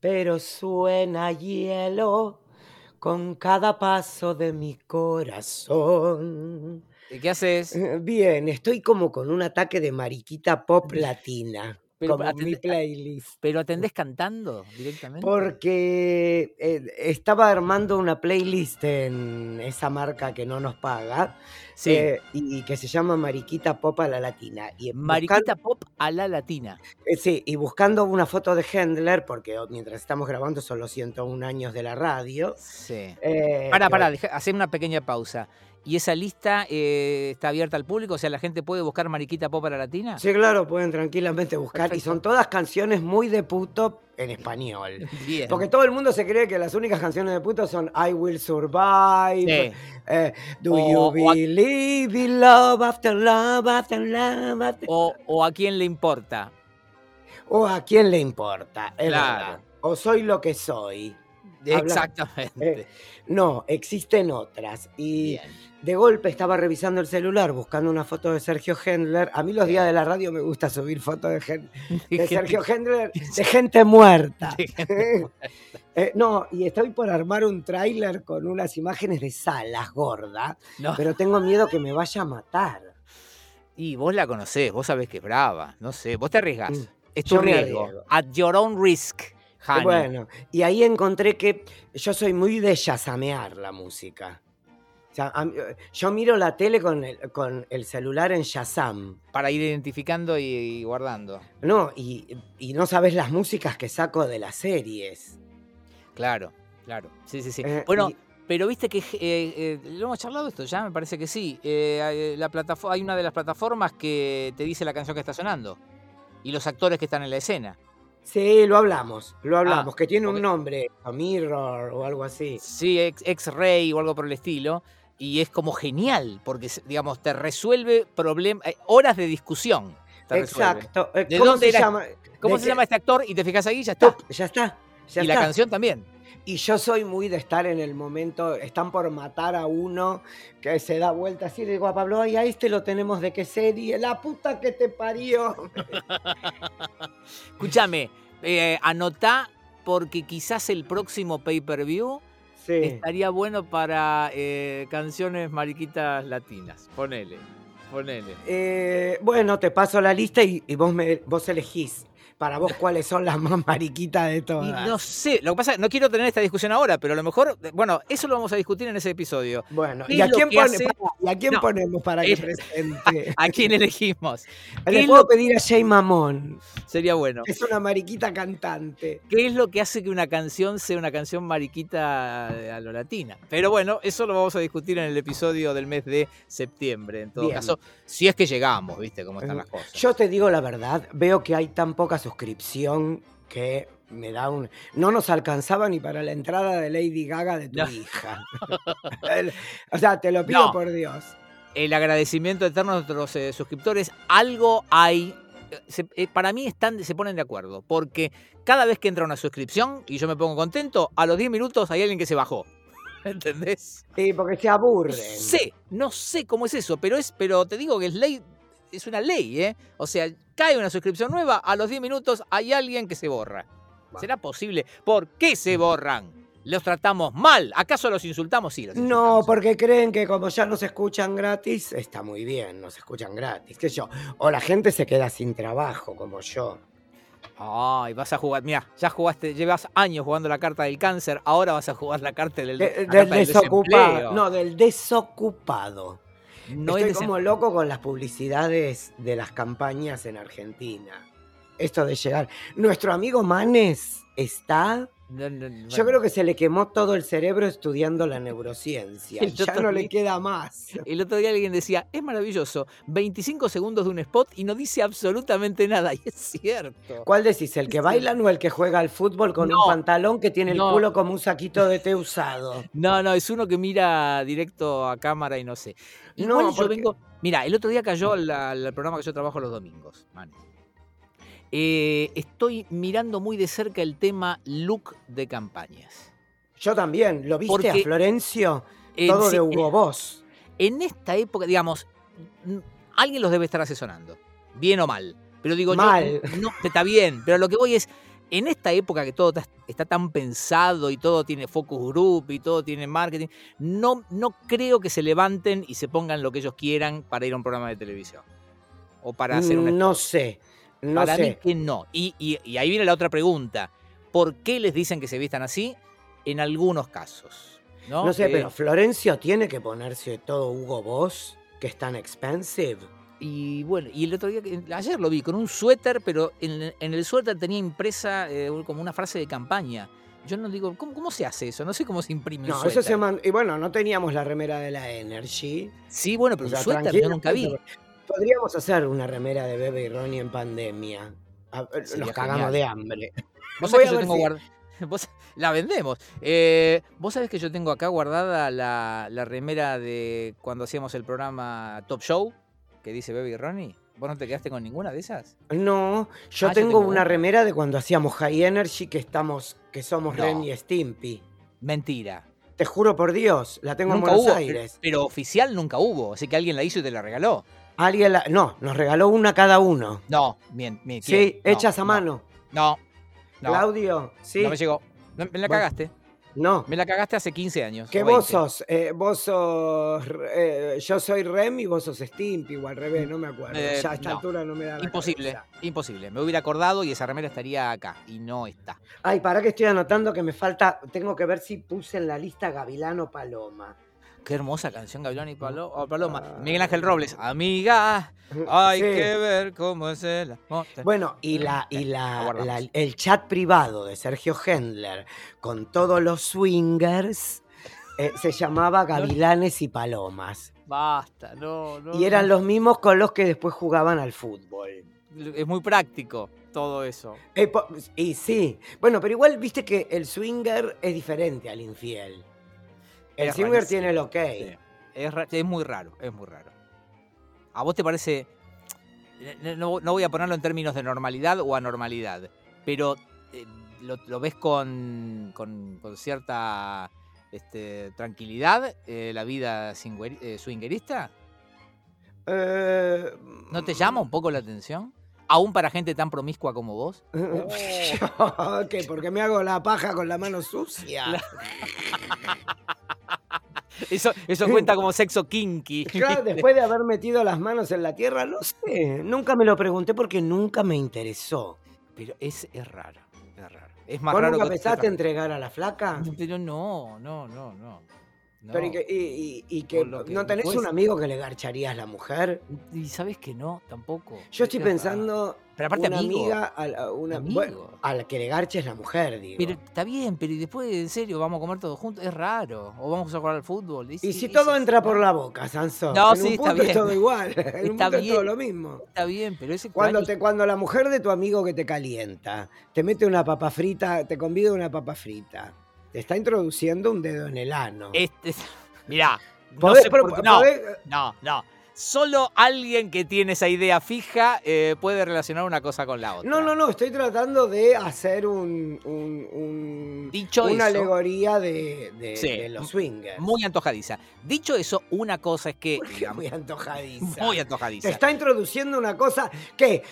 pero suena hielo con cada paso de mi corazón. ¿Y Eh, qué Eh, haces? Bien, estoy como con un ataque de mariquita pop latina, Pero como mi atende- playlist. ¿Pero atendés cantando directamente? Porque eh, estaba armando una playlist en esa marca que no nos paga sí. eh, y, y que se llama Mariquita Pop a la Latina. Y buscando- Mariquita Pop a la latina. eh, sí, y buscando una foto de Hendler, porque oh, mientras estamos grabando son los 101 años de la radio. Sí. eh, Para, que- para, hacer una pequeña pausa. ¿Y esa lista eh, está abierta al público? O sea, la gente puede buscar Mariquita Pop a la latina. Sí, claro, pueden tranquilamente buscar. Y son todas canciones muy de puto en español. Bien. Porque todo el mundo se cree que las únicas canciones de puto son I Will Survive, Sí. eh, Do O- o- You Believe in Love After Love After Love After O, o a quién le importa. O a quién le importa, es Claro. verdad. O soy lo que soy. Habla- Exactamente. Eh, No, existen otras. Y Bien. de golpe estaba revisando el celular buscando una foto de Sergio Hendler. A mí los días de la radio me gusta subir fotos de, Hen- de Sergio Hendler, de gente muerta. Eh, no, y estoy por armar un tráiler con unas imágenes de Salas gorda, No, pero tengo miedo que me vaya a matar. Y vos la conocés, vos sabés que es brava. No sé, vos te arriesgás. Mm, Es yo tu me riesgo. arriesgo. Eh, At your own risk, honey. Bueno, y ahí encontré que yo soy muy de yazamear la música. O sea, a mí- eh, yo miro la tele con el, con el celular en Shazam, Para ir identificando y, y guardando. ¿no? Y, y no sabes las músicas que saco de las series. Claro, claro. Sí, sí, sí. Eh, bueno, y- pero viste que eh, eh, lo hemos charlado esto ya, me parece que sí. Eh, eh, la plataforma, hay una de las plataformas que te dice la canción que está sonando y los actores que están en la escena. Sí, lo hablamos, lo hablamos, que tiene Ah, ok. un nombre, a Mirror o algo así. Sí, ex- X-Ray o algo por el estilo. Y es como genial, porque, se- digamos, te resuelve problem- eh, horas de discusión. te resuelve. Exacto. eh, ¿De ¿Cómo dónde se era? llama? ¿Cómo ¿De se qué? llama este actor? Y te fijas ahí, ya está. Top, ya está. ya y la está. canción también. Y yo soy muy de estar en el momento, están por matar a uno que se da vuelta así, le digo a Pablo, ay, a este lo tenemos de qué serie, la puta que te parió. Escúchame, eh, anotá porque quizás el próximo pay-per-view Sí. estaría bueno para eh, canciones mariquitas latinas. Ponele, ponele. Eh, bueno, te paso la lista y, y vos, me, vos elegís para vos cuáles son las más mariquitas de Y todas. no sé, lo que pasa, no quiero tener esta discusión ahora, pero a lo mejor, bueno, eso lo vamos a discutir en ese episodio. Bueno, ¿Qué ¿y a es lo quién, que pone- hace- pará, ¿y a quién No. ponemos para que Eh, presente? ¿A quién elegimos? ¿qué Le es puedo lo- pedir a Jay Mamón, Sería bueno. que es una mariquita cantante. ¿Qué es lo que hace que una canción sea una canción mariquita eh, a lo latina? Pero bueno, eso lo vamos a discutir en el episodio del mes de septiembre, en todo Bien. caso, si es que llegamos, ¿viste cómo están las cosas? Yo te digo la verdad, veo que hay tan poca suscripción que me da un... No nos alcanzaba ni para la entrada de Lady Gaga de tu No. hija. El- o sea, te lo pido No. por Dios. El agradecimiento eterno a nuestros eh, suscriptores, algo hay. eh, se- eh, para mí están, se ponen de acuerdo, porque cada vez que entra una suscripción y yo me pongo contento, a los 10 minutos hay alguien que se bajó. ¿Entendés? Sí, porque se aburren. No sé, no sé cómo es eso, pero es, pero te digo que es ley, es una ley, ¿eh? O sea, cae una suscripción nueva, a los 10 minutos hay alguien que se borra. ¿Será posible? ¿Por qué se borran? ¿Los tratamos mal? ¿Acaso los insultamos? Sí, los No, insultamos. porque creen que como ya nos escuchan gratis, está muy bien, nos escuchan gratis, qué sé yo. O la gente se queda sin trabajo, como yo. Ay, vas a jugar. Mira, ya jugaste, llevas años jugando la carta del cáncer, ahora vas a jugar la carta del, De- la Eh, del carta del desocupado. desempleo. No, del desocupado. No Estoy es como desem- loco con las publicidades de las campañas en Argentina. Esto de llegar. Nuestro amigo Manes está. no, no, no, Yo bueno. creo que se le quemó todo el cerebro estudiando la neurociencia. Yo ya no le también. queda más. El otro día alguien decía, es maravilloso, 25 segundos de un spot y no dice absolutamente nada. Y es cierto. ¿Cuál decís? ¿El que bailan o el que juega al fútbol con No. un pantalón que tiene el No. culo como un saquito de té usado? No, no, es uno que mira directo a cámara y no sé. Igual No, yo porque- vengo. Mira, el otro día cayó al, al programa que yo trabajo los domingos, Mane. Eh, estoy mirando muy de cerca el tema look de campañas. Yo también. ¿Lo viste a Porque- Florencio? En todo sí- de Hugo Boss. En esta época, digamos, n- alguien los debe estar asesorando, bien o mal. Pero digo, yo- Mal. no, está bien, pero lo que voy es, en esta época que todo está, está, tan pensado y todo tiene focus group y todo tiene marketing, no, no creo que se levanten y se pongan lo que ellos quieran para ir a un programa de televisión. O para hacer una... Mm, No sé. No para sé. mí que no. Y, y, y ahí viene la otra pregunta. ¿Por qué les dicen que se vistan así? En algunos casos. No, No sé, Eh, pero Florencio tiene que ponerse todo Hugo Boss, que es tan expensive. Y bueno, y el otro día, que- ayer lo vi con un suéter, pero en, en el suéter tenía impresa eh, como una frase de campaña. Yo no digo, ¿cómo, cómo se hace eso? No sé cómo se imprime un No, suéter. eso se man... Y bueno, no teníamos la remera de la Energy. Sí, bueno, pero O sea, un suéter tranquilo, yo nunca vi. Podríamos hacer una remera de Bebe y Ronnie en pandemia. A- Sería Nos cagamos genial. de hambre. Vos Voy sabés a que yo ver tengo si- guard- Vos- La vendemos. Eh, Vos sabés que yo tengo acá guardada la, la remera de cuando hacíamos el programa Top Show, que dice Baby Ronnie. ¿Vos no te quedaste con ninguna de esas? No, yo Ah, yo tengo tengo una una. remera de cuando hacíamos High Energy que estamos, que somos No. Ren y Stimpy. Mentira. Te juro por Dios, la tengo nunca en Buenos hubo. Aires. Pero oficial nunca hubo. Así que alguien la hizo y te la regaló. Alguien la- No, nos regaló una cada uno. No, bien, bien. Sí, ¿quién? No, hechas a no, mano. No, no, Claudio, sí. no me llegó. No, me Bueno. la cagaste. No. Me la cagaste hace 15 años. Que o 20. vos sos, eh, vos sos, eh, yo soy Rem y vos sos Stimpy o al revés, no me acuerdo. Eh, ya a esta no. altura no me da la Imposible, cabeza. imposible. Me hubiera acordado y esa remera estaría acá. Y no está. Ay, para que estoy anotando que me falta, tengo que ver si puse en la lista Gavilano Paloma. Qué hermosa canción, Gavilán y Palo- oh, Paloma. Ah. Miguel Ángel Robles, amiga, hay Sí. que ver cómo es el amor. Bueno, y, la, y la, guardamos. la- el chat privado de Sergio Hendler con todos los swingers eh, se llamaba Gavilanes y Palomas. Basta, no, no. Y eran los mismos con los que después jugaban al fútbol. Es muy práctico todo eso. Eh, po- y sí. Bueno, pero igual viste que el swinger es diferente al infiel. El Es swinger rarísimo, tiene el ok. Sí. Es, ra- es muy raro, es muy raro. ¿A vos te parece.? no- No, no voy a ponerlo en términos de normalidad o anormalidad, pero eh, lo, lo ves con, con, con cierta este, tranquilidad eh, la vida singuer- eh, swingerista. Eh, ¿No te llama un poco la atención? Aún para gente tan promiscua como vos. ok, porque me hago la paja con la mano sucia. Eso, eso cuenta como sexo kinky. Claro, después de haber metido las manos en la tierra, no sé. Nunca me lo pregunté porque nunca me interesó. Pero es, es raro, es raro. Es más ¿Vos raro nunca que pensaste entregar a la flaca? Pero no, no, no, no. no. Ah, Pero y que, y- y- y que Por lo que no tenés después- un amigo que le garcharías la mujer. Y sabes que no, tampoco. Yo estoy Es raro. pensando Pero aparte una amigo. amiga a la, una, Amigo. bueno, a la que le garche es la mujer, digo. Pero está bien, pero y después, en serio, vamos a comer todos juntos. Es raro. O vamos a jugar al fútbol. y si todo entra por la boca, Sansón. No, en sí, un está punto es bien. todo igual. En un punto Está es todo bien. lo mismo. Está bien, pero ese Cuando, te, cuando la mujer de tu amigo que te calienta te mete una papa frita, te convida una papa frita, te está introduciendo un dedo en el ano. Este... Mirá. Podés no, sé pro- por- no, podés- no, no. Solo alguien que tiene esa idea fija eh, puede relacionar una cosa con la otra. no, no, no, estoy tratando de hacer un, un- un- Dicho una eso, alegoría de, de- Sí. de los swingers. muy antojadiza. Dicho eso, una cosa es que... ¿Por qué digamos, muy antojadiza. muy Te antojadiza. está introduciendo una cosa que.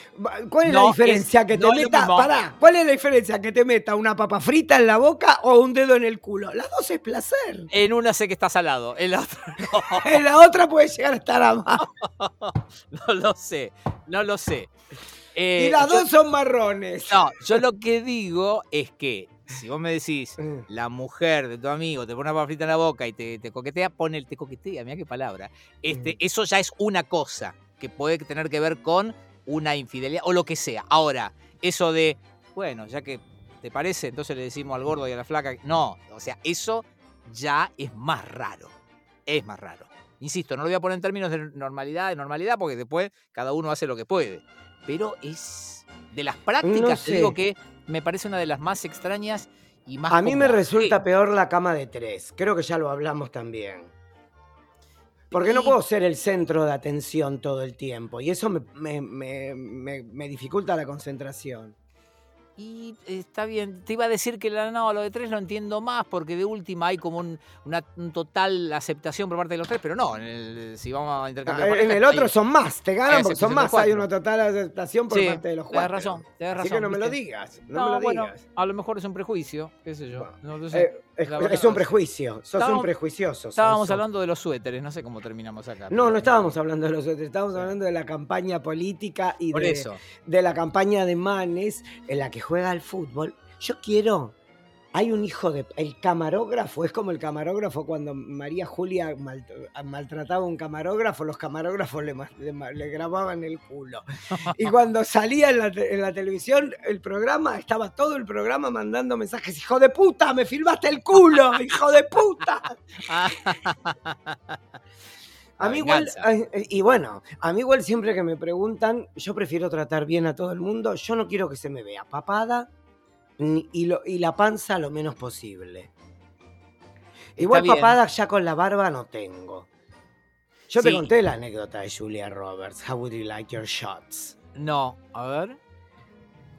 ¿Cuál es la No, diferencia es- que te no es lo meta? mismo. Pará, ¿cuál es la diferencia que te meta una papa frita en la boca o un dedo en el culo? Las dos es placer. En una sé que está salado, en la otra no. En la otra puede llegar a estar abajo. No lo sé, no lo sé. Eh, Y las yo- dos son marrones. No, yo lo que digo es que si vos me decís, Mm. la mujer de tu amigo te pone una papa frita en la boca y te, te coquetea, pone el te coquetea, mira qué palabra. Este, Mm. Eso ya es una cosa que puede tener que ver con una infidelidad o lo que sea. Ahora, eso de, bueno, ya que te parece, entonces le decimos al gordo y a la flaca. No, o sea, eso ya es más raro. Es más raro. Insisto, no lo voy a poner en términos de normalidad, de normalidad, porque después cada uno hace lo que puede. Pero es de las prácticas, No te sé. digo que me parece una de las más extrañas y más. A mí me cómodas. resulta Sí. peor la cama de tres. Creo que ya lo hablamos también. Porque no Y- puedo ser el centro de atención todo el tiempo. Y eso me- me- me- me- me dificulta la concentración. Y está bien, te iba a decir que la, no, lo de tres lo entiendo más, porque de última hay como un, una un total aceptación por parte de los tres, pero no, en el, si vamos a intercambiar. Ah, en parejas, el otro hay- son más, te ganan Hay porque son aceptación de más. Hay cuatro. una total aceptación por Sí, parte de los tenés cuatro. razón, tenés razón. Así que no me lo ¿viste? digas, no, No, me lo bueno, digas. a lo mejor es un prejuicio, qué sé yo. Bueno, No lo sé. Eh, es, la verdad es un no sé. prejuicio, sos un Estábamos- prejuicioso. sos- estábamos sos- hablando de los suéteres, no sé cómo terminamos acá. No, pero- no estábamos hablando de los otros, estábamos Sí. hablando de la campaña política y Por de, eso. de la campaña de Manes en la que juega al fútbol. Yo quiero. Hay un hijo de. El camarógrafo es como el camarógrafo cuando María Julia mal- maltrataba a un camarógrafo, los camarógrafos le, ma- le ma- le grababan el culo. Y cuando salía en la, te- en la televisión el programa, estaba todo el programa mandando mensajes: ¡Hijo de puta! ¡Me filmaste el culo! ¡Hijo de puta! Ah, A La mí igual, venganza. ay, eh, y bueno, a mí igual siempre que me preguntan, yo prefiero tratar bien a todo el mundo, yo no quiero que se me vea papada ni- y, lo- y la panza lo menos posible. Igual bien. papada ya con la barba no tengo. Yo te Sí. conté la anécdota de Julia Roberts, How Would You Like Your Shots? no, a ver.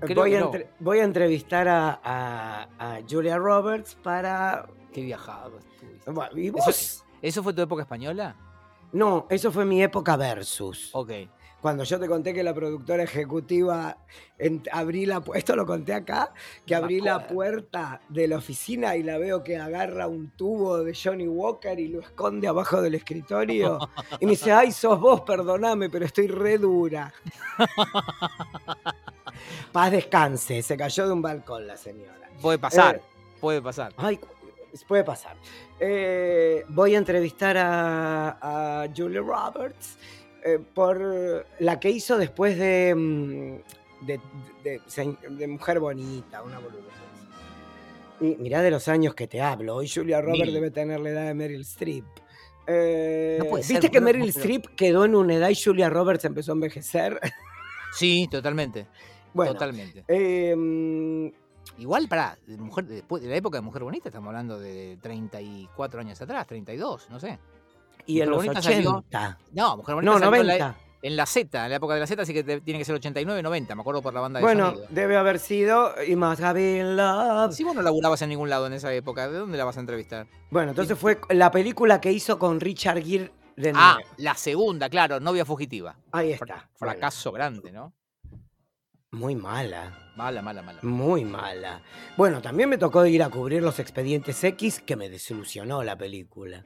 Creo Voy que a, no. entre- voy a entrevistar a, a- a Julia Roberts para... Qué viajado estuviste. Bueno, ¿y vos? ¿Eso fue tu época española? No, eso fue mi época versus. Ok. cuando yo te conté que la productora ejecutiva en- abrí la pu- esto lo conté acá que No me abrí la acuerdo. puerta de la oficina y la veo que agarra un tubo de Johnny Walker y lo esconde abajo del escritorio y me dice ay sos vos perdoname pero estoy re dura paz descanse se cayó de un balcón la señora Puede pasar, Eh, puede pasar. Ay, cu- puede pasar. Eh, voy a entrevistar a, a Julia Roberts eh, por la que hizo después de, mm, de, de- de- de Mujer Bonita, una boludez. Y mirá de los años que te hablo. Hoy Julia Roberts Mil. debe tener la edad de Meryl Streep. Eh, No puede ser, ¿Viste que boludo, Meryl no, pero- Streep quedó en una edad y Julia Roberts empezó a envejecer? Sí, totalmente. bueno, Totalmente. eh, mm, Igual, pará, de mujer, después de la época de Mujer Bonita, estamos hablando de 34 años atrás, 32, no sé. y en Mujer los Bonita salió- 80. No, Mujer Bonita No, salió 90. en la, en la Z, en la época de la Z, así que te- tiene que ser 89, 90, me acuerdo por la banda de Bueno, sonido. debe haber sido y más in Love. Si vos no laburabas en ningún lado en esa época, ¿de dónde la vas a entrevistar? Bueno, entonces fue la película que hizo con Richard Gere de Ah, nuevo. la segunda, claro, novia fugitiva. Ahí Fra- está. Bueno, Fracaso grande, ¿no? muy mala, Mala, mala, mala. muy mala. Bueno, también me tocó ir a cubrir los expedientes X que me desilusionó la película.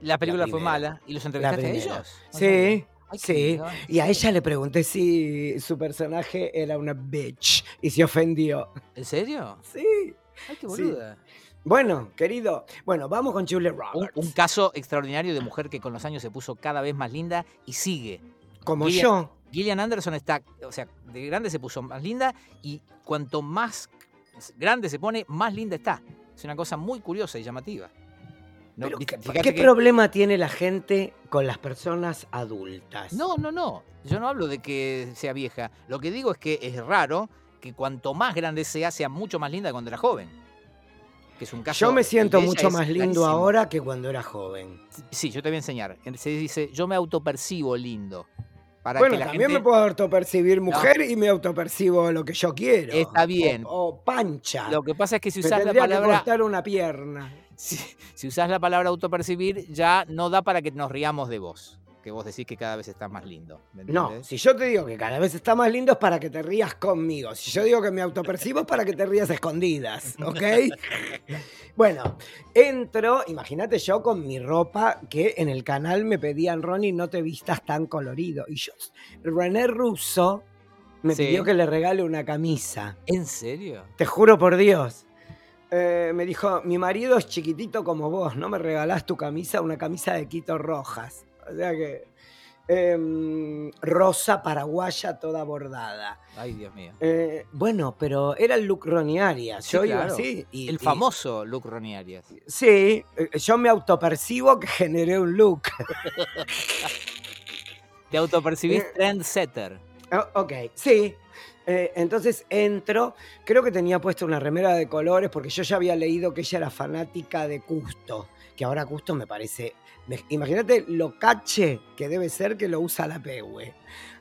La película fue primera. mala. ¿Y los entrevistaste a primera. ellos? No sabía. Sí. Ay, sí. qué bien. Y a ella le pregunté si su personaje era una bitch y se ofendió. ¿En serio? Sí. Ay, Sí. qué boluda. Bueno, querido. Bueno, vamos con Julia Un, Roberts. un caso extraordinario de mujer que con los años se puso cada vez más linda y sigue. Como Julia- yo. Gillian Anderson está, o sea, de grande se puso más linda y cuanto más grande se pone, más linda está. Es una cosa muy curiosa y llamativa. No, Pero viste, ¿qué- fíjate ¿Qué que- problema tiene la gente con las personas adultas? No, no, no. Yo no hablo de que sea vieja. Lo que digo es que es raro que cuanto más grande sea, sea mucho más linda que cuando era joven. Que es un caso. yo me el de siento ella mucho es más lindo clarísimo. ahora que cuando era joven. Sí, yo te voy a enseñar. Se dice, yo me autopercibo lindo. Para Bueno, que la también me gente puedo autopercibir mujer y me autopercibo lo que yo quiero. Está bien. O, o pancha. Ah. Lo que pasa es que si me usas la tendría que palabra. cortar una pierna. Si, si usás la palabra autopercibir, ya no da para que nos riamos de vos. Que vos decís que cada vez estás más lindo. ¿me No, entendés? si yo te digo que cada vez está más lindo es para que te rías conmigo. Si yo digo que me autopercibo es para que te rías a escondidas, ¿ok? bueno, entro, imagínate yo con mi ropa que en el canal me pedían, Ronnie, no te vistas tan colorido. Y yo, René Russo me Sí. pidió que le regale una camisa. ¿En serio? Te juro por Dios. Eh, me dijo, mi marido es chiquitito como vos, no me regalás tu camisa, una camisa de Quito Rojas. O sea que... em, rosa paraguaya toda bordada. Ay, Dios mío. Eh, bueno, pero era el look Ronnie Arias. Sí, Yo iba claro. así. y- y- El famoso Luke Roniarias. Sí, eh, yo me autopercibo que generé un look. Te autopercibís Eh. trendsetter. Ah, ok, sí. Eh, entonces entro, creo que tenía puesta una remera de colores porque yo ya había leído que ella era fanática de Custo, que ahora Custo me parece. me- Imagínate lo cache que debe ser que lo usa la PUE.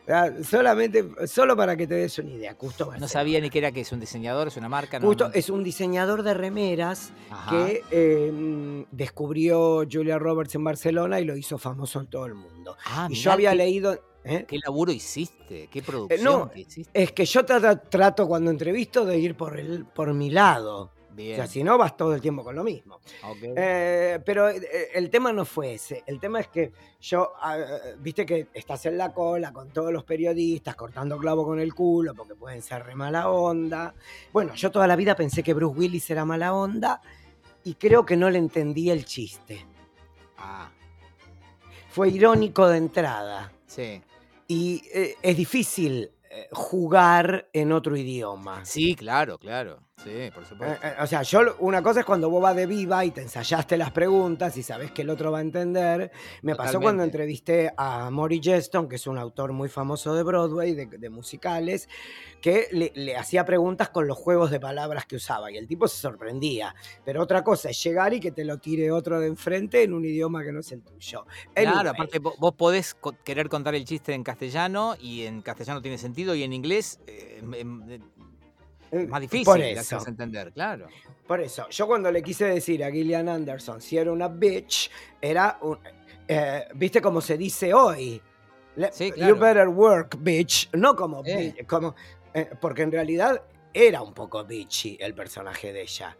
Ah, Solamente, solo para que te des una idea, Custo No Barcelona. sabía ni que era que es un diseñador, es una marca. no- Custo no- es un diseñador de remeras Ajá. que eh, descubrió Julia Roberts en Barcelona y lo hizo famoso en todo el mundo. Ah, y mirá yo había qué- leído. ¿eh? ¿Qué laburo hiciste? ¿Qué producción no, que hiciste? Es que yo tra- trato cuando entrevisto de ir por, el, por mi lado. O Bien. sea, si no, vas todo el tiempo con lo mismo. ok. Eh, pero eh, el tema no fue ese. El tema es que yo, ah, eh, viste que estás en la cola con todos los periodistas cortando clavo con el culo porque pueden ser re mala onda. Bueno, yo toda la vida pensé que Bruce Willis era mala onda y creo que no le entendí el chiste. Ah, Fue irónico de entrada sí. y eh, es difícil eh, jugar en otro idioma. Sí, claro, claro. Sí, por Eh, supuesto. eh, o sea, yo lo- una cosa es cuando vos vas de viva y te ensayaste las preguntas y sabés que el otro va a entender. Me pasó cuando Totalmente. entrevisté a Maury Geston, que es un autor muy famoso de Broadway, de, de musicales, que le, le hacía preguntas con los juegos de palabras que usaba y el tipo se sorprendía. Pero otra cosa es llegar y que te lo tire otro de enfrente en un idioma que no es el tuyo. Claro, Anyway, aparte vo- vos podés co- querer contar el chiste en castellano y en castellano tiene sentido y en inglés eh, em- em- eh, eh, más difícil Por de eso, hacerse entender, claro. por eso. Yo cuando le quise decir a Gillian Anderson si era una bitch, era un... eh, ¿Viste cómo se dice hoy? Le- Sí, claro. You better work, bitch. No como... Eh. bi- como eh, porque en realidad era un poco bitchy el personaje de ella.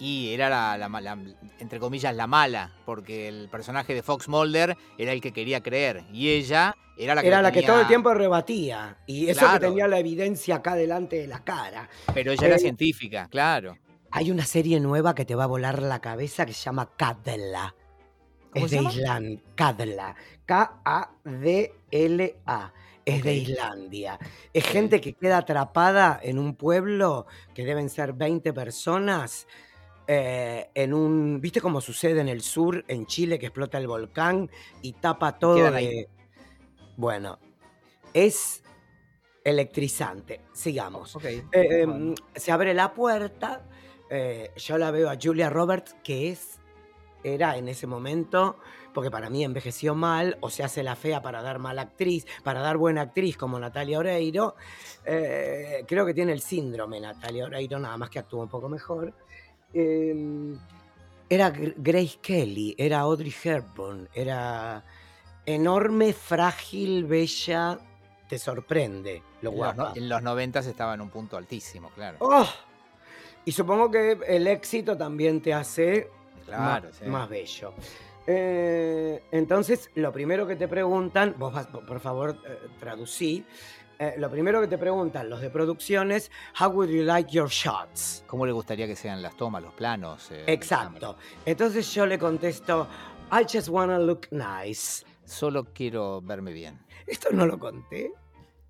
Y era la, la ma- la- entre comillas, la mala, porque el personaje de Fox Mulder era el que quería creer y ella era la que era lo la que todo el tenía- tiempo rebatía. Y eso que Claro. tenía la evidencia acá delante de la cara. Pero ella era Eh. científica, claro. Hay una serie nueva que te va a volar la cabeza que se llama Cadla. ¿Cómo Es se de llama? Islandia. Cadla. K-A-D-L-A. Es de Ok. Islandia. Es gente que queda atrapada en un pueblo que deben ser 20 personas. eh, en un. ¿Viste cómo sucede en el sur, en Chile, que explota el volcán y tapa todo quedan ahí. de- Bueno, es electrizante. Sigamos. Ok. Eh, Bueno. em, se abre la puerta. eh, yo la veo a Julia Roberts, que es, era en ese momento, porque para mí envejeció mal, o se hace la fea para dar mala actriz, para dar buena actriz como Natalia Oreiro. Eh, creo que tiene el síndrome Natalia Oreiro, nada más que actúa un poco mejor. Em, era Gr- Grace Kelly, era Audrey Hepburn, era enorme, frágil, bella, te sorprende lo En los no- guapa. En los noventas estaba en un punto altísimo, claro. ¡Oh! Y supongo que el éxito también te hace ma- Claro, más, sí. bello. Eh, entonces, lo primero que te preguntan, vos vas, por por favor, eh, traducí. Eh, lo primero que te preguntan los de producciones, how would you like your shots? ¿Cómo le gustaría que sean las tomas, los planos? eh, Exacto. Entonces yo le contesto, I just wanna look nice. cámara? Solo quiero verme bien. Esto no lo conté.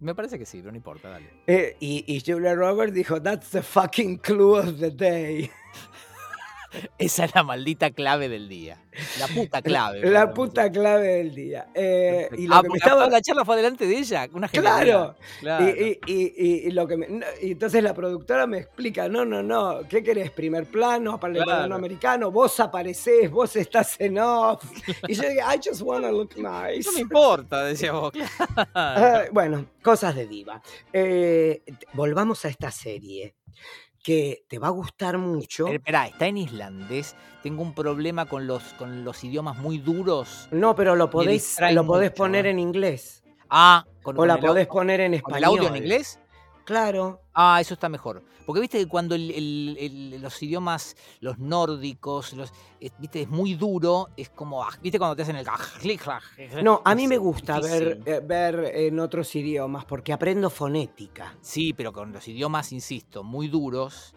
Me parece que sí, pero no importa, dale. Eh, y, y Julia Roberts dijo, that's the fucking clue of the day. Esa es la maldita clave del día. La puta clave. La perdón. puta clave del día. Eh, y lo ah, que me porque estaba- toda la charla fue delante de ella. Una Claro. genialidad. Claro. Y, y- y- y- y lo que me- no, y entonces la productora me explica, no, no, no, ¿qué querés? ¿Primer plano para el Claro. plano americano? Vos aparecés, vos estás en off. Y yo dije, I just wanna look nice. No me importa, decía vos. Ah, Claro. bueno, cosas de diva. Eh, t- volvamos a esta serie que te va a gustar mucho. Pero, Esperá, está en islandés. Tengo un problema con los, con los idiomas muy duros. No, pero lo podés, distrae lo podés mucho, poner eh. en inglés. Ah, con, O con la el au- podés poner en con español. el audio en inglés. Claro. Ah, eso está mejor. Porque viste que cuando el- el- el- los idiomas, los nórdicos, los, es, viste, es muy duro, es como, ah, viste cuando te hacen el... No, a mí Es me gusta ver, difícil. eh, ver en otros idiomas porque aprendo fonética. Sí, pero con los idiomas, insisto, muy duros,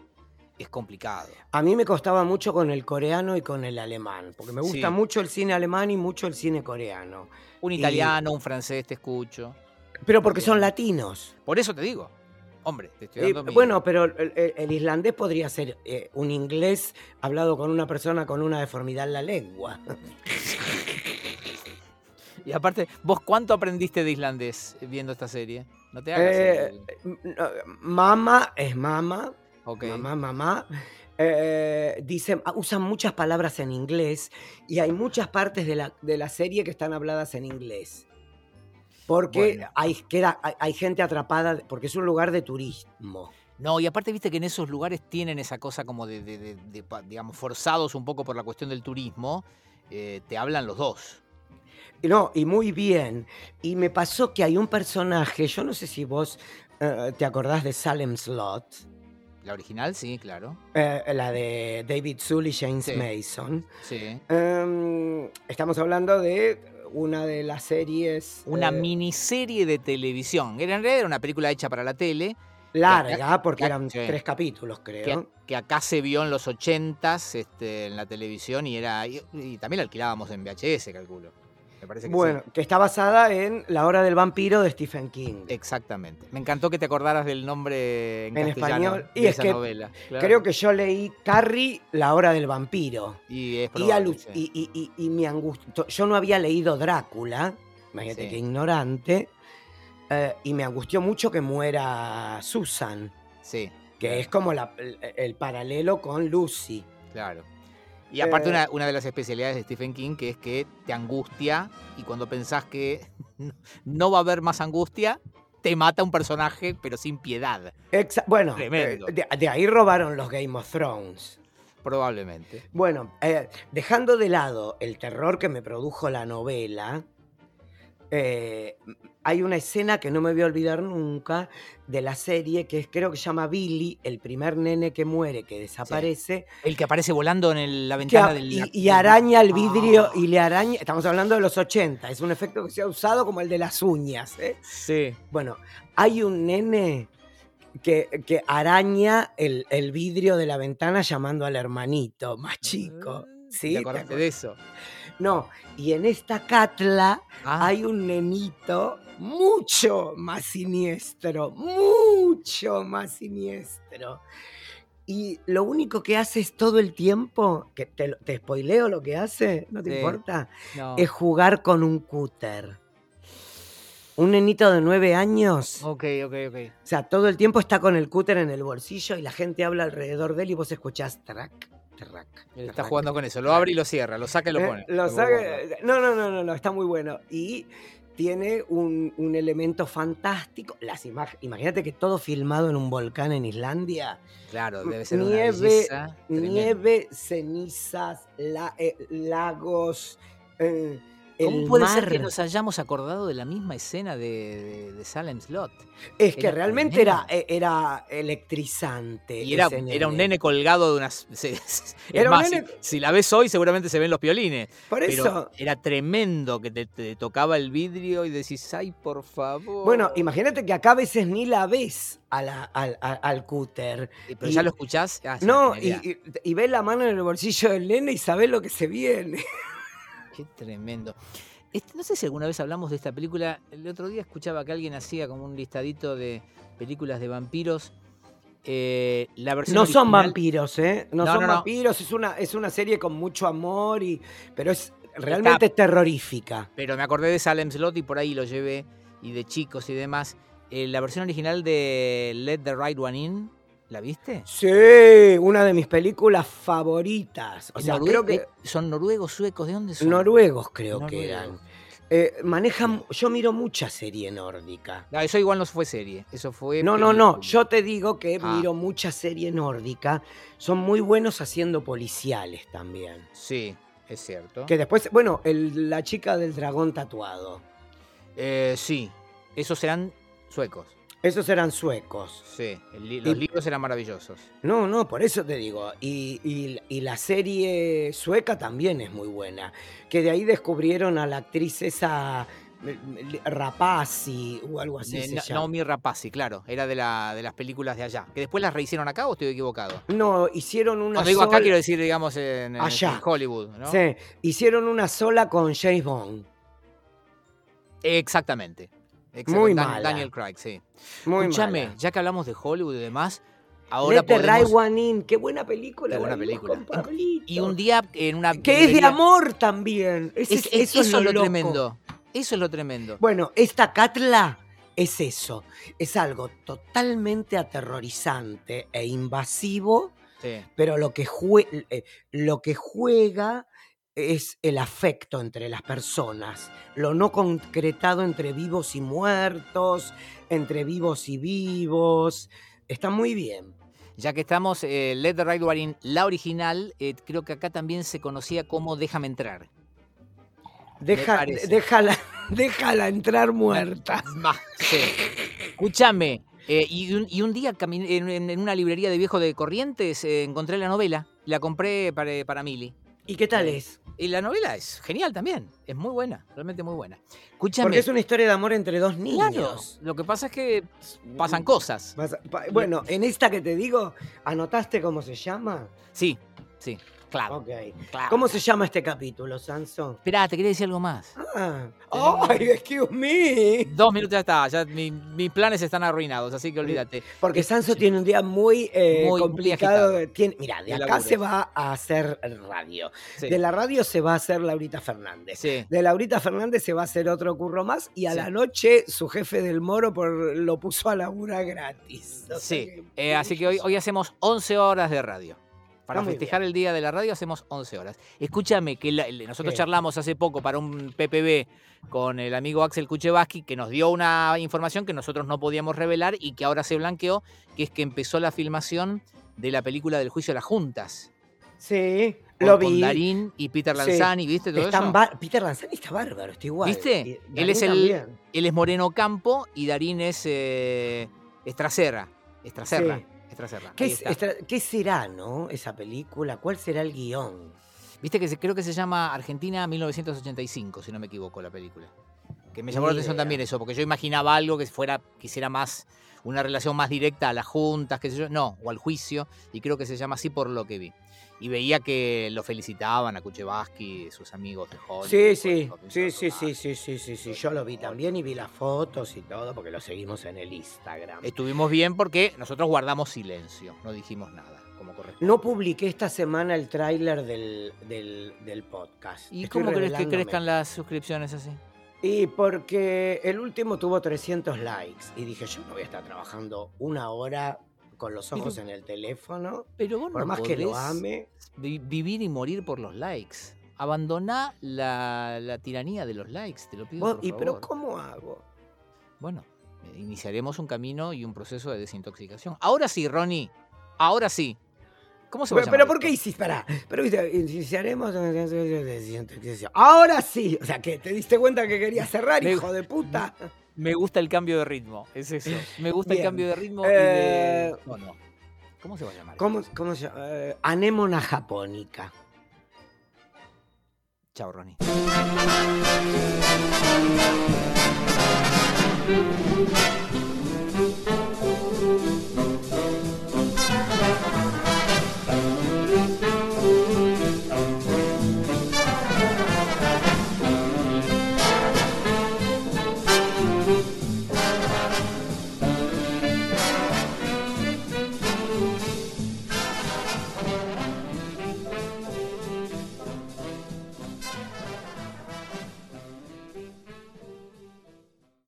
es complicado. A mí me costaba mucho con el coreano y con el alemán, porque me gusta Sí. mucho el cine alemán y mucho el cine coreano. Un Y- italiano, un francés, te escucho. Pero porque son Bien. latinos. Por eso te digo, hombre, te estoy Eh, dando mi- bueno, pero el, el- el islandés podría ser eh, un inglés hablado con una persona con una deformidad en la lengua. Y aparte, ¿vos cuánto aprendiste de islandés viendo esta serie? No te hagas... Eh, el- No, Mama es mama, ok. mamá, mamá. eh, dicen, usan muchas palabras en inglés y hay muchas partes de la, de la serie que están habladas en inglés. Porque Bueno. hay, queda, hay, hay gente atrapada, porque es un lugar de turismo. No, y aparte viste que en esos lugares tienen esa cosa como de, de- de- de pa- digamos, forzados un poco por la cuestión del turismo, eh, te hablan los dos. Y No, y muy bien. Y me pasó que hay un personaje, yo no sé si vos eh, te acordás de Salem Slot, La original, sí, claro. eh, la de David Soul y James Sí. Mason. Sí. Em, estamos hablando de una de las series Una eh, miniserie de televisión. Era en realidad era una película hecha para la tele, larga, porque que- eran sí. tres capítulos, que, creo. que acá se vio en los 80s este, en la televisión y era. Y, y también la alquilábamos en VHS, calculo. Me parece que Bueno, que está basada en La Hora del Vampiro de Stephen King. sí. Exactamente. Me encantó que te acordaras del nombre en, En castellano español. Y de es esa que novela. Creo que yo leí Carrie, La Hora del Vampiro. Y es Y, probable, alu- sí. y- y- y- y me angustió. Yo no había leído Drácula, imagínate Sí. que ignorante, eh, y me angustió mucho que muera Susan, Sí, que es como la- el, el paralelo con Lucy. claro. Y aparte Eh, una, una de las especialidades de Stephen King que es que te angustia y cuando pensás que no- no va a haber más angustia, te mata un personaje pero sin piedad, Exa- bueno, eh, Tremendo. de, de ahí robaron los Game of Thrones. probablemente. Bueno, eh, dejando de lado el terror que me produjo la novela, eh, hay una escena que no me voy a olvidar nunca de la serie que es, creo que se llama Billy, el primer nene que muere, que desaparece, El que aparece volando en el- la que ventana a- del... y, y araña el Ah, vidrio y le araña, estamos hablando de los 80, es un efecto que se ha usado como el de las uñas. ¿eh? Ah. Sí, Bueno, hay un nene que, que araña el, el vidrio de la ventana llamando al hermanito Ah. más chico. ¿Sí? ¿Te ¿Te acordaste acordás? de eso? No, y en esta catla Ah, hay un nenito mucho más siniestro, mucho más siniestro. Y lo único que hace es todo el tiempo, que te, lo- te spoileo lo que hace, no te Sí. importa, no. es jugar con un cúter. Un nenito de nueve años, o Ok, ok, ok. sea, todo el tiempo está con el cúter en el bolsillo y la gente habla alrededor de él y vos escuchás track, track. Él está track, jugando con eso. Lo abre y lo cierra, lo saca y lo eh, pone. lo Lo saca- guarda. No, no, no, no, no, está muy bueno. Y tiene un, un elemento fantástico. Las imágenes. Imagínate que todo filmado en un volcán en Islandia. Claro, debe ser una Nieve, belleza tremenda. Nieve, cenizas, la- eh, lagos. eh, ¿Cómo el puede mar. ser que nos hayamos acordado de la misma escena de, de- de Salem Slot? Es que era realmente era, tremendo? eh, era electrizante. Y era, ese era un nene colgado de unas. se- se- es Era un más, si- nene- si, la ves hoy, seguramente se ven los piolines. Por Pero eso. era tremendo que te, te tocaba el vidrio y decís, ay, por favor. Bueno, imagínate que acá a veces ni la ves a la- al- al- al cúter. Y- Eh, Pero ya y- lo escuchás. ah, sí, No, la y, genialidad. y- y ves la mano en el bolsillo del nene y sabés lo que se viene. Qué tremendo. Este, no sé si alguna vez hablamos de esta película. El otro día escuchaba que alguien hacía como un listadito de películas de vampiros. Eh, la versión No son original- vampiros, ¿eh? No, No, son no, no. vampiros, es una, es una serie con mucho amor, y, pero es realmente terrorífica. pero me acordé de Salem Slot y por ahí lo llevé, y de chicos y demás. Eh, la versión original de Let the Right One In, ¿la viste? Sí, una de mis películas favoritas. O Es sea, norue- creo que eh, Son noruegos, suecos, ¿de dónde son? noruegos creo que eran. Noruegos. Eh, manejan, yo miro mucha serie nórdica. No, eso igual no fue serie, eso fue... Eh, No, no, no, película. yo te digo que Ah. miro mucha serie nórdica. Son muy buenos haciendo policiales también. Sí, es cierto. Que después, bueno, el- la chica del dragón tatuado. Eh, sí, esos eran suecos, Esos eran suecos. sí. el li- los Y- libros eran maravillosos. No, no, por eso te digo. Y, y- y la serie sueca también es muy buena. Que de ahí descubrieron a la actriz esa eh, Rapazi o algo así. Eh, se Na- llama. Naomi Rapace, claro, era de, la, de las películas de allá. Que después las rehicieron acá o estoy equivocado. No, hicieron una Cuando digo acá sola- quiero decir, digamos, en, en Allá. Hollywood, ¿no? Sí, hicieron una sola con James Bond. Exactamente. Exacto, Muy Dan- mala. Daniel Craig, sí. Muy Escúchame, mala. ya que hablamos de Hollywood y demás, ahora Let the podemos- Right One In, qué buena película. Qué la buena vimos película. con Pablito. y un día en una Que es de librería- amor también. Ese Es- es- es- eso, es lo, loco. tremendo. Eso es lo tremendo. Bueno, esta Catla es eso. Es algo totalmente aterrorizante e invasivo Sí. pero lo que, jue- eh, lo que juega es el afecto entre las personas, lo no concretado entre vivos y muertos, entre vivos y vivos. Está muy bien. Ya que estamos, eh, Let the Right One In, la original, eh, creo que acá también se conocía como Déjame entrar. Deja, parece. déjala, déjala entrar muerta. Más, sí. Escúchame. eh, y, un, y un día caminé- en, en- en una librería de viejo de Corrientes eh, encontré la novela. La compré para, para Mili. ¿Y qué tal es? Y la novela es genial también. Es muy buena, realmente muy buena. Escúchame. Porque es una historia de amor entre dos claro, niños. Lo que pasa es que pasan cosas. Vas a- pa- Bueno, en esta que te digo, ¿anotaste cómo se llama? Sí, sí. Claro, Ok. claro. ¿Cómo se llama este capítulo, Sansón? Esperá, te quería decir algo más. Ah, ¡Ay, excuse me! Dos minutos ya está. Ya mi- mis planes están arruinados, así que olvídate. Porque Sanso tiene un día muy, eh, Muy- muy complicado. agitado. Tiene- mira, de De acá laburo. se va a hacer radio. Sí, De la radio se va a hacer Laurita Fernández. sí. De Laurita Fernández se va a hacer otro curro más y a Sí. la noche su jefe del Moro por, lo puso a laburar gratis. O sea Sí, que- eh, así que hoy, hoy hacemos 11 horas de radio. Para Está muy festejar el Día de la Radio hacemos 11 horas. Escúchame, que la- el- nosotros ¿Qué? charlamos hace poco para un PPB con el amigo Axel Kuchevaski, que nos dio una información que nosotros no podíamos revelar y que ahora se blanqueó, que es que empezó la filmación de la película del juicio de las juntas. Sí, con- lo Con vi. Darín y Peter Sí. Lanzani, ¿viste todo Están eso? bar- Peter Lanzani está bárbaro, está igual. ¿Viste? Y Él Darín es el- también. Él es Moreno Campo y Darín es eh, Estracerra. Estracerra. Sí. Estracerra. ¿Qué, ahí es- está. estra- qué será, no? Esa película, ¿cuál será el guión? Viste que se- creo que se llama Argentina 1985, si no me equivoco, la película. Que me llamó la Ni atención idea. también eso, porque yo imaginaba algo que fuera, quisiera más, una relación más directa a las juntas, qué sé yo, no, o al juicio, y creo que se llama así por lo que vi. Y veía que lo felicitaban a Kuchevaski, sus amigos de Sí, Hollywood. por sí, el sí, papel sí, sí, total. sí, sí, sí, sí. Yo lo vi también y vi las fotos y todo porque lo seguimos en el Instagram. Estuvimos bien porque nosotros guardamos silencio, no dijimos nada, como corresponde. No publiqué esta semana el tráiler del, del, del podcast. ¿Y Estoy cómo crees que revelándome. crezcan las suscripciones así? Y porque el último tuvo 300 likes y dije, yo no voy a estar trabajando una hora con los ojos en el teléfono, Pero vos por no más que lo podés- ame. vi- vivir y morir por los likes. Abandoná la, la tiranía de los likes, te lo pido. Vos- por ¿Y pero favor. cómo hago? Bueno, eh, iniciaremos un camino y un proceso de desintoxicación. Ahora sí, Ronnie. Ahora sí. ¿Cómo se va a Pero, llamar pero ¿por qué esto? hiciste? Pará. Pero viste, iniciaremos. eh, Ahora sí. O sea, que te diste cuenta que quería cerrar, Me- hijo de puta. Me gusta el cambio de ritmo, es eso. Me gusta el Bien. cambio de ritmo Eh, y de tono. ¿Cómo se va a llamar? esto? ¿Cómo, cómo se llama? Eh, anémona japónica. Chao, Ronnie.